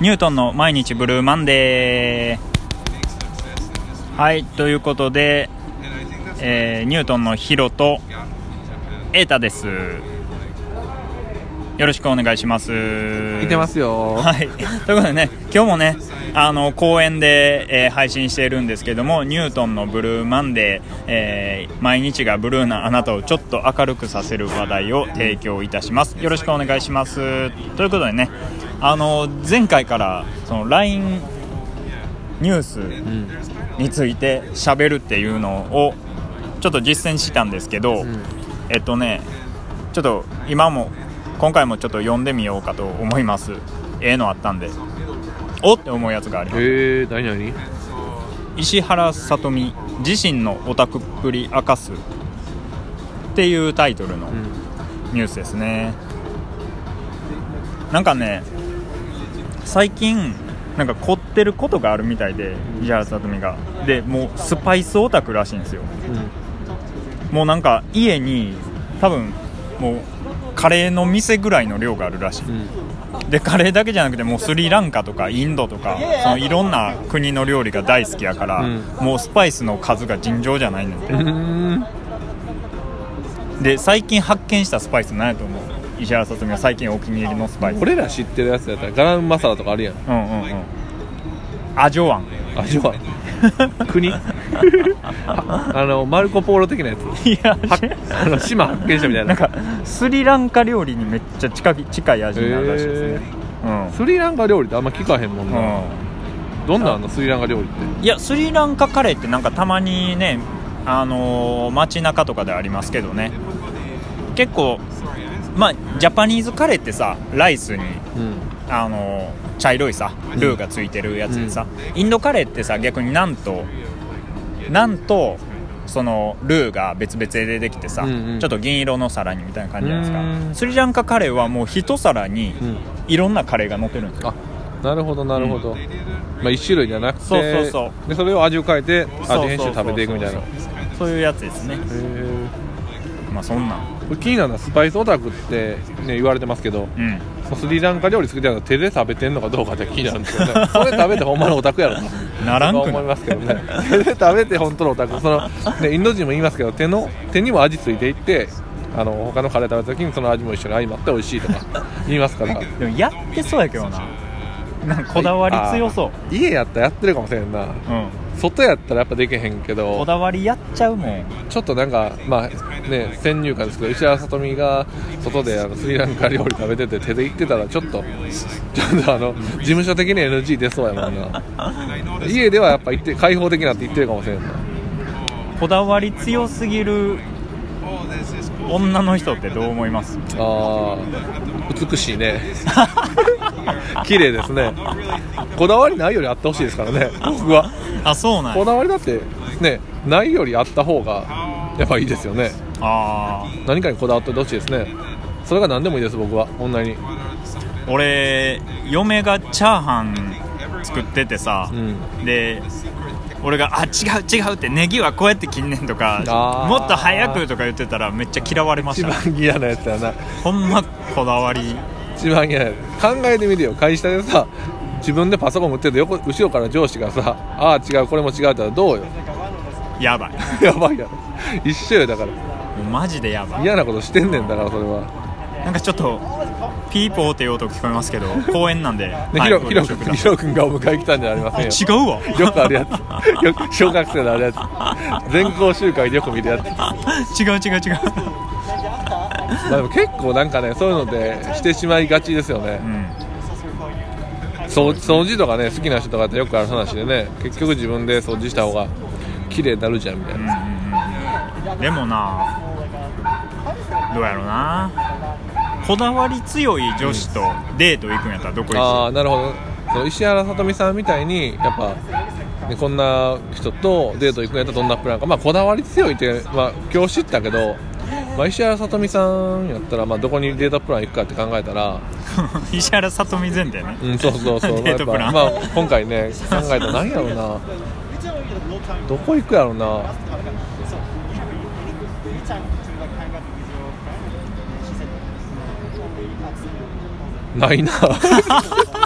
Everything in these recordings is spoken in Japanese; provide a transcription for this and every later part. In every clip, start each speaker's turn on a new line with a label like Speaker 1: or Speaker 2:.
Speaker 1: ニュートンの毎日ブルーマンデーはいということで、えーニュートンのヒロとエータですよろしくお願いします
Speaker 2: いてますよ、
Speaker 1: はい、ということでね、今日もね、あの公園で、えー配信しているんですけども、ニュートンのブルーマンデー、えー毎日がブルーなあなたをちょっと明るくさせる話題を提供いたします。よろしくお願いします。ということでね、あの前回からその LINE ニュース
Speaker 2: うん
Speaker 1: について喋るっていうのをちょっと実践したんですけど、
Speaker 2: うん
Speaker 1: えっとねちょっと今も今回もちょっと読んでみようかと思いますええのあったんでおって思うやつがあります
Speaker 2: えー、何何
Speaker 1: 石原さとみ自身のオタクっぷり明かすっていうタイトルの
Speaker 2: うん
Speaker 1: ニュースですねなんかね最近なんか凝ってることがあるみたいで石原さとみがでもうスパイスオタクらしいんですよもうなんか家に多分もうカレーの店ぐらいの量があるらしい
Speaker 2: うんうん
Speaker 1: でカレーだけじゃなくてもうスリランカとかインドとかそのいろんな国の料理が大好きやから、
Speaker 2: うん
Speaker 1: もうスパイスの数が尋常じゃないねん
Speaker 2: う
Speaker 1: て
Speaker 2: ーん
Speaker 1: で最近発見したスパイス何やと思う石原さとみが最近お気に入りのスパイス
Speaker 2: 俺ら知ってるやつやったらガランマサラとかあるやん
Speaker 1: うんうんうんアジョワン
Speaker 2: 味は 国あのマルコ・ポーロ的なやつ
Speaker 1: いや
Speaker 2: あの島発見したみたい
Speaker 1: な
Speaker 2: なん
Speaker 1: かスリランカ料理にめっちゃ近い近い味になるらしいですね、うん
Speaker 2: スリランカ料理ってあんま聞かへんもんな、
Speaker 1: うん
Speaker 2: どんなあのスリランカ料理って
Speaker 1: いやスリランカカレーってなんかたまにねあのー街中とかでありますけどね結構まあジャパニーズカレーってさライスに
Speaker 2: うん
Speaker 1: あのー茶色いさルーがついてるやつでさ、インドカレーってさ逆になんとなんとそのルーが別々で出てきてさ、
Speaker 2: うんうん
Speaker 1: ちょっと銀色の皿にみたいな感じじゃな
Speaker 2: う
Speaker 1: いです
Speaker 2: ー
Speaker 1: か
Speaker 2: ん
Speaker 1: スリランカカレーはもう一皿に
Speaker 2: うん
Speaker 1: いろんなカレーが乗ってるんですよ
Speaker 2: あなるほどなるほど、まあ一種類じゃなくて
Speaker 1: そうそうそ
Speaker 2: でそれを味を変えて
Speaker 1: そう
Speaker 2: 味変して食べていくみたいな
Speaker 1: そうそういうやつですね
Speaker 2: へ
Speaker 1: まあそんなん
Speaker 2: えこれ気になるのはスパイスオタクって、ね、言われてますけど
Speaker 1: うん
Speaker 2: スリランカ料理作ってるのは手で食べてんのかどうかって気になるんですけ どねそれ食べてほんまのオタクやろと
Speaker 1: ならんくな
Speaker 2: 僕は思いますけどね手で食べて本当のオタクその、ね、インド人も言いますけど手の手にも味ついていってあの他のカレー食べた時にその味も一緒に相まって美味しいとか言います から
Speaker 1: でもやってそうやけどななんかこだわり強そう、
Speaker 2: あー家やったらやってるかもしれんな
Speaker 1: うん、
Speaker 2: 外やったらやっぱできへん
Speaker 1: こ
Speaker 2: けど
Speaker 1: だわりやっちゃうもん
Speaker 2: ちょっとなんかまあね先入観ですけど石原さとみが外であのスリランカ料理食べてて手で行ってたらちょっとちょっとあの事務所的に NG 出そうやもんな家ではやっぱ行って開放的なって言ってるかもしれんない
Speaker 1: こだわり強すぎる女の人ってどう思います
Speaker 2: あー美しいね 綺麗ですねこだわりないよりあってほしいですからね僕は
Speaker 1: あそうなん
Speaker 2: こ
Speaker 1: や
Speaker 2: だわりだってねないよりあった方がやっぱいいですよね
Speaker 1: あ
Speaker 2: 何かにこだわってほしいですねそれが何でもいいです僕はこんなに
Speaker 1: ー俺嫁がチャーハン作っててさ
Speaker 2: う、ん
Speaker 1: で俺が「あ違う違う」って「ネギはこうやって切んねん」とか
Speaker 2: あ
Speaker 1: 「
Speaker 2: ー
Speaker 1: もっと早く」とか言ってたらめっちゃ嫌われまし
Speaker 2: 一
Speaker 1: たね
Speaker 2: 番嫌なやつやな
Speaker 1: ほんまこだわり
Speaker 2: 一番嫌なやつ考えてみてよ会社でさ自分でパソコン持ってて横後ろから上司がさ「ああ違うこれも違う」って言ったらどうよ
Speaker 1: やばい
Speaker 2: やばいやろ一緒よだから
Speaker 1: もうマジでやばい
Speaker 2: 嫌なことしてんねんだからそれは
Speaker 1: なんかちょっとピーポーっていう音聞こえ ますけど公園なんで、
Speaker 2: で
Speaker 1: は
Speaker 2: ヒ
Speaker 1: い
Speaker 2: ロ
Speaker 1: ご
Speaker 2: ヒ
Speaker 1: 了
Speaker 2: ロ
Speaker 1: 承
Speaker 2: 君
Speaker 1: くだ
Speaker 2: ヒ
Speaker 1: さい
Speaker 2: ロ君がお迎え来たんじゃありませんよ
Speaker 1: 違うわ
Speaker 2: よくあるやつよく小学生のあるやつ全校集会でよく見るやつま
Speaker 1: 違う違う違う、
Speaker 2: あでも結構なんかねそういうのでしてしまいがちですよね
Speaker 1: うん、
Speaker 2: 掃掃除とかね好きな人とかってよくある話でね結局自分で掃除した方が綺麗になるじゃんみたいな
Speaker 1: でもなどうやろうなこだわり強い女子とデート行くんやったらどこ
Speaker 2: あ
Speaker 1: 行
Speaker 2: あなるほどその石原さとみさんみたいにやっぱ、ね、こんな人とデート行くんやったらどんなプランかまあこだわり強いって、まあ、今日知ったけど、まあ、石原さとみさんやったら、まあ、どこにデートプラン行くかって考えたら、
Speaker 1: く 石原さとみ前でね
Speaker 2: うん、そうそ うそう
Speaker 1: デートプラン
Speaker 2: まあ、今回ね考えたら何やろうなどこ行くやろうなないな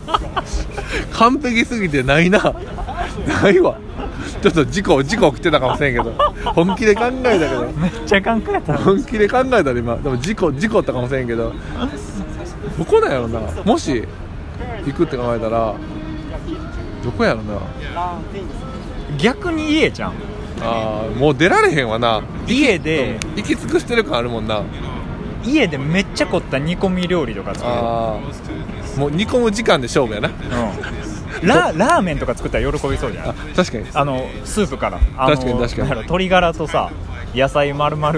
Speaker 2: 完璧すぎてないなないわちょっと事故事故起きてたかもしれんけど本気で考えたけど
Speaker 1: めっちゃ考えた
Speaker 2: 本気で考えたら今でも事故事故ったかもしれんけどどこなんやろなもし行くって考えたらどこやろな
Speaker 1: 逆に家じゃん
Speaker 2: あーもう出られへんわな
Speaker 1: 家で
Speaker 2: 行き尽くしてる感あるもんな
Speaker 1: 家でめっちゃ凝った煮込み料理とか作る
Speaker 2: あーもう煮込む時間で勝負やな
Speaker 1: うんララーメンとか作ったら喜びそうじゃ
Speaker 2: あ
Speaker 1: ん
Speaker 2: 確かに
Speaker 1: あのスープからあの
Speaker 2: 確かに確かに
Speaker 1: なんやろ鶏ガラとさ野菜丸々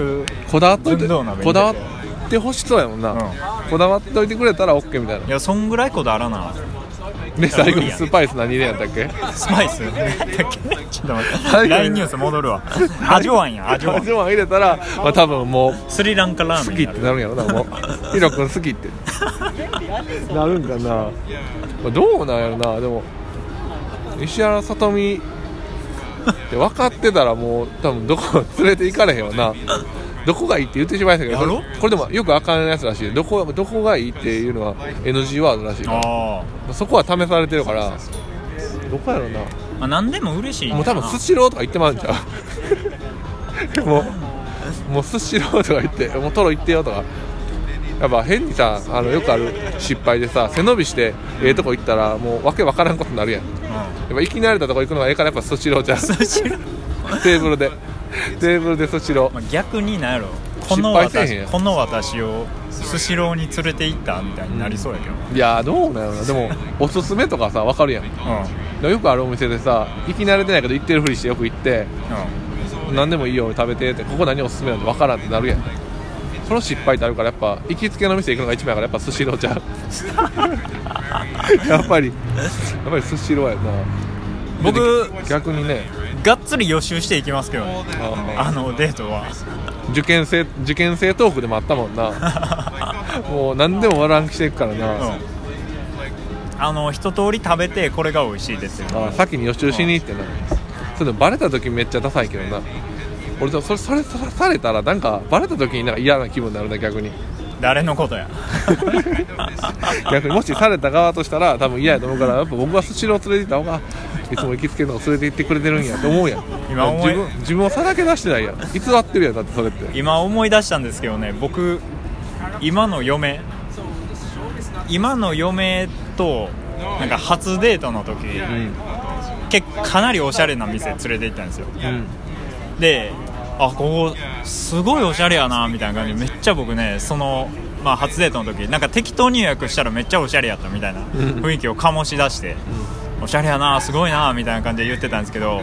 Speaker 2: こだわっといて
Speaker 1: 寸胴鍋
Speaker 2: こだわってほしそうやもんな、
Speaker 1: うん
Speaker 2: こだわっておいてくれたら OK みたいない
Speaker 1: やそんぐらいこだわらな
Speaker 2: で最後にスパイス何入れんやったっけ
Speaker 1: スパイスなん だっけちょっと待っ
Speaker 2: 最後
Speaker 1: て
Speaker 2: に
Speaker 1: LINE ニュース戻るわアジョワンやアジョワ
Speaker 2: 味
Speaker 1: ン
Speaker 2: も入れたら、まあ、多分もう
Speaker 1: スリランカラー
Speaker 2: 好
Speaker 1: メン
Speaker 2: き
Speaker 1: に
Speaker 2: っ
Speaker 1: な
Speaker 2: て
Speaker 1: る
Speaker 2: なるんやろなも うヒロ君好きってなるんかな、まあどうなんやろなでも石原さとみって分かってたらもう多分どこ連れて行かれへんわなどこがいいって言ってしまいましたけ
Speaker 1: や
Speaker 2: ど
Speaker 1: ろ
Speaker 2: これこれでもよくあかんやつらしいどこどこがいいっていうのは NG ワードらしいから
Speaker 1: あ
Speaker 2: そこは試されてるからどこやろな
Speaker 1: ー、まあ何でも嬉しいんやな
Speaker 2: もう多分スシローとか行ってまうんちゃう もうもうスシローとか行ってもうトロ行ってよとかやっぱ変にさあのよくある失敗でさ背伸びしてええとこ行ったらもうわけわからんことになるやんやっぱ生き慣れたとこ行くのがええからやっぱスシローじゃん
Speaker 1: ス シロー
Speaker 2: テーブルでテーブルでスシロ
Speaker 1: ま
Speaker 2: ー
Speaker 1: あ、逆になんやろこの
Speaker 2: 失敗せえへん
Speaker 1: 私
Speaker 2: やん
Speaker 1: この私をスシローに連れて行ったみたいになりそうやけど、
Speaker 2: いやーどうなんやろなでもおすすめとかさわかるやんで
Speaker 1: うんうん
Speaker 2: もよくあるお店でさ生き慣れてないけど行ってるふりしてよく行って何でもいいよ食べてってここ何おすすめなんて分からんってなるやんその失敗ってあるからやっぱ行きつけの店行くのが一番やからやっぱスシローちゃう やっぱりやっぱりスシローやな
Speaker 1: 僕
Speaker 2: で逆にね
Speaker 1: がっつり予習していきますけどね
Speaker 2: あ
Speaker 1: あのデートは
Speaker 2: 受験生受験生トークでもあったもんなもう何でも笑わんしていくから
Speaker 1: う
Speaker 2: な、
Speaker 1: んあの一通り食べてこれが美味しいですよ
Speaker 2: あ先に予習しに行ってなそれでもバレた時めっちゃダサいけどな俺とそれそれそれされたらなんかバレた時になんか嫌な気分になるな逆に
Speaker 1: 誰のことや
Speaker 2: 逆にもしされた側としたら多分嫌やと思うからやっぱ僕はスシロー連れて行った方がいつも行きつけのを連れて行ってくれてるんやと思うやん
Speaker 1: 今思い
Speaker 2: 自分自分をさらけ出してないやん偽ってるやんだってそれって
Speaker 1: 今思い出したんですけどね僕今の嫁今の嫁となんか初デートの時、
Speaker 2: うん
Speaker 1: 結構かなりおしゃれな店連れて行ったんですよ
Speaker 2: うん
Speaker 1: であここすごいおしゃれやなみたいな感じでめっちゃ僕ねその、まあ、初デートの時なんか適当入約したらめっちゃおしゃれやったみたいな雰囲気を醸し出して、おしゃれやなすごいなみたいな感じで言ってたんですけど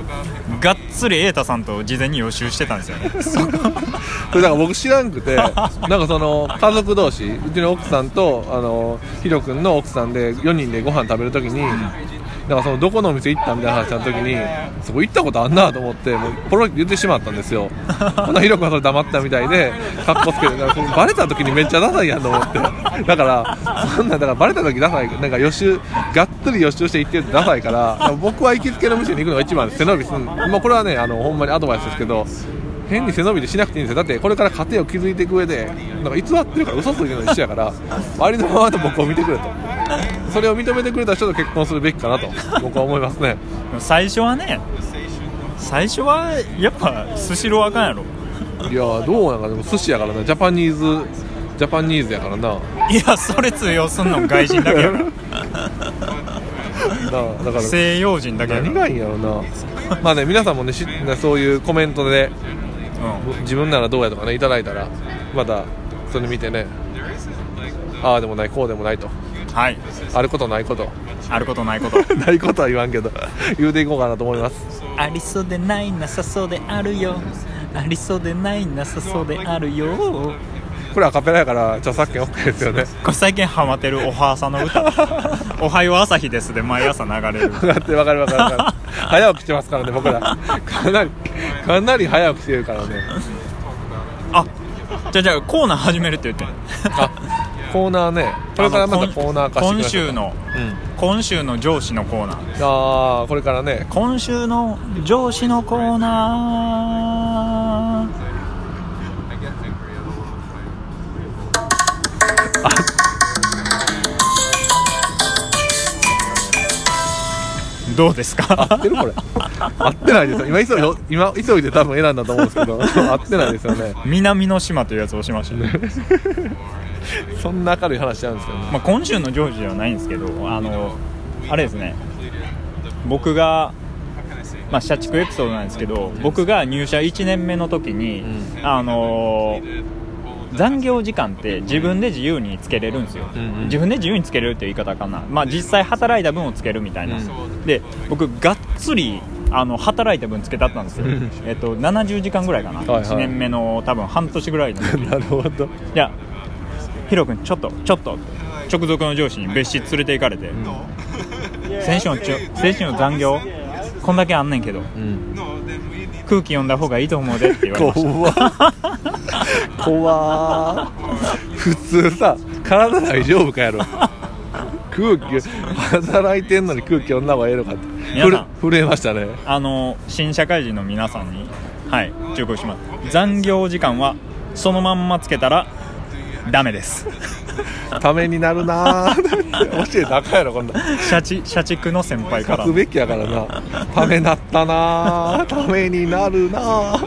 Speaker 1: がっつり瑛太さんと事前に予習してたんです よね
Speaker 2: それだから僕知らんくてなんかその家族同士うちの奥さんとあのヒロ君の奥さんで4人でご飯食べるときになんかそのどこのお店行ったみたいな話した時にそこ行ったことあんなと思ってもうポロリって言ってしまったんですよほなヒロ君はそれ黙ったみたいでかっこつけてなんかこれバレた時にめっちゃダサいやんと思ってだからそんなだからバレた時ダサいなんか予習がっつり予習して行ってるってダサいから僕は行きつけの店に行くのが一番です背伸びするまあこれはねあのほんまにアドバイスですけど変に背伸びでしなくていいんですよだってこれから家庭を築いていく上でなんか偽ってるから嘘ついてるの一緒やからありのままと僕を見てくれとそれを認めてくれた人と結婚するべきかなと僕は思いますね
Speaker 1: 最初はね最初はやっぱスシローあかんやろ
Speaker 2: いやーどうなんかでも寿司やからなジャパニーズジャパニーズやからない
Speaker 1: やそれ通用すんの外人だけ やから
Speaker 2: なだから
Speaker 1: 西洋人だけやか
Speaker 2: 何
Speaker 1: ら、
Speaker 2: がいいんやろうなまあね皆さんもねしそういうコメントで
Speaker 1: うん、
Speaker 2: 自分ならどうやとかねいただいたらまたそれ見てねああでもないこうでもないと
Speaker 1: はい
Speaker 2: あることないこと
Speaker 1: あることないこと
Speaker 2: ないことは言わんけど 言うていこうかなと思います
Speaker 1: ありそうでないなさそうであるよありそうでないなさそうであるよ
Speaker 2: これアカペラやから著作権 OK ですよね
Speaker 1: これ最近ハマってるおはあさんの 歌「おはよう朝日です」で毎朝流れる
Speaker 2: 分かって分かる分かる分かる早起きしてますからね僕らかなりかなり早起きしてるからね
Speaker 1: あじゃあじゃあコーナー始めるって言って
Speaker 2: あコーナーねこれからまたコーナー化していき
Speaker 1: 今
Speaker 2: ましょう
Speaker 1: 週の
Speaker 2: うん
Speaker 1: 今週の上司のコーナー
Speaker 2: ああこれからね
Speaker 1: 今週の上司のコーナーどうです
Speaker 2: 合っ
Speaker 1: か
Speaker 2: てるこれ合ってないですよ今急いで今急いで多分選んだと思うんですけど合ってないですよね
Speaker 1: 南の島というやつをしましたね
Speaker 2: そんな明るい話なんですけどね
Speaker 1: まあ、今週のジョージではないんですけどあのあれですね僕が、まあ、社畜エピソードなんですけど僕が入社1年目の時に、
Speaker 2: う
Speaker 1: あの残業時間って自分で自由につけれるんですよ、
Speaker 2: うんうん
Speaker 1: 自分で自由につけれるっていう言い方かな、まあ、実際働いた分をつけるみたいな、
Speaker 2: うん
Speaker 1: で僕がっつりあの働いた分つけたったんですよ
Speaker 2: ん
Speaker 1: えっと70時間ぐらいかな、
Speaker 2: はいはい
Speaker 1: 1年目の多分半年ぐらいの時
Speaker 2: なるほど
Speaker 1: いやヒロ君ちょっとちょっと直属の上司に別室連れて行かれて、先週のちょ先週の残業こんだけあんねんけど
Speaker 2: うん
Speaker 1: 空気読んだ方がいいと思うでって言われました
Speaker 2: 怖っ怖っ普通さ体大丈夫かやろ空気働いてんのに空気読んだ方がええのかって
Speaker 1: 皆さん
Speaker 2: ふれ震えましたね
Speaker 1: あの新社会人の皆さんにはい忠告します残業時間はそのまんまつけたらダメです
Speaker 2: ためになるなぁ教えたらあかんやろこんなん
Speaker 1: 社畜社畜の先輩から
Speaker 2: 勝つべきやからなためなったなぁためになるなぁ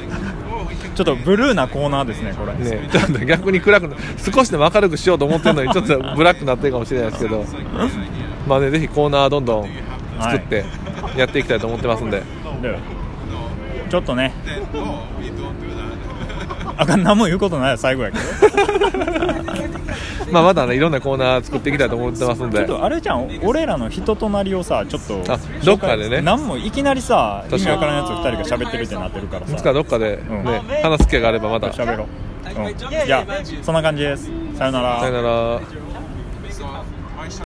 Speaker 1: ちょっとブルーなコーナーですねこれ、
Speaker 2: ねちょっと逆に暗くな少しでも明るくしようと思ってるのにちょっとブラックになってるかもしれないですけどまあねぜひコーナーどんどん作ってやっていきたいと思ってますんで、
Speaker 1: でちょっとねあかん何も言うことないよ最後やけど
Speaker 2: まあまだねいろんなコーナー作っていきたいと思ってますん
Speaker 1: ちょ
Speaker 2: で
Speaker 1: っとあれじゃん俺らの人となりをさちょっと
Speaker 2: あどっかでね
Speaker 1: 何もいきなりさ意
Speaker 2: 確か
Speaker 1: 味
Speaker 2: に
Speaker 1: わからんやつ2人が喋ってるってなってるから
Speaker 2: いつか
Speaker 1: さ
Speaker 2: どっかで、ね
Speaker 1: うん
Speaker 2: 話す機会があればまたさ
Speaker 1: 喋ろう、うん、じゃあそんな感じですさよなら
Speaker 2: よなら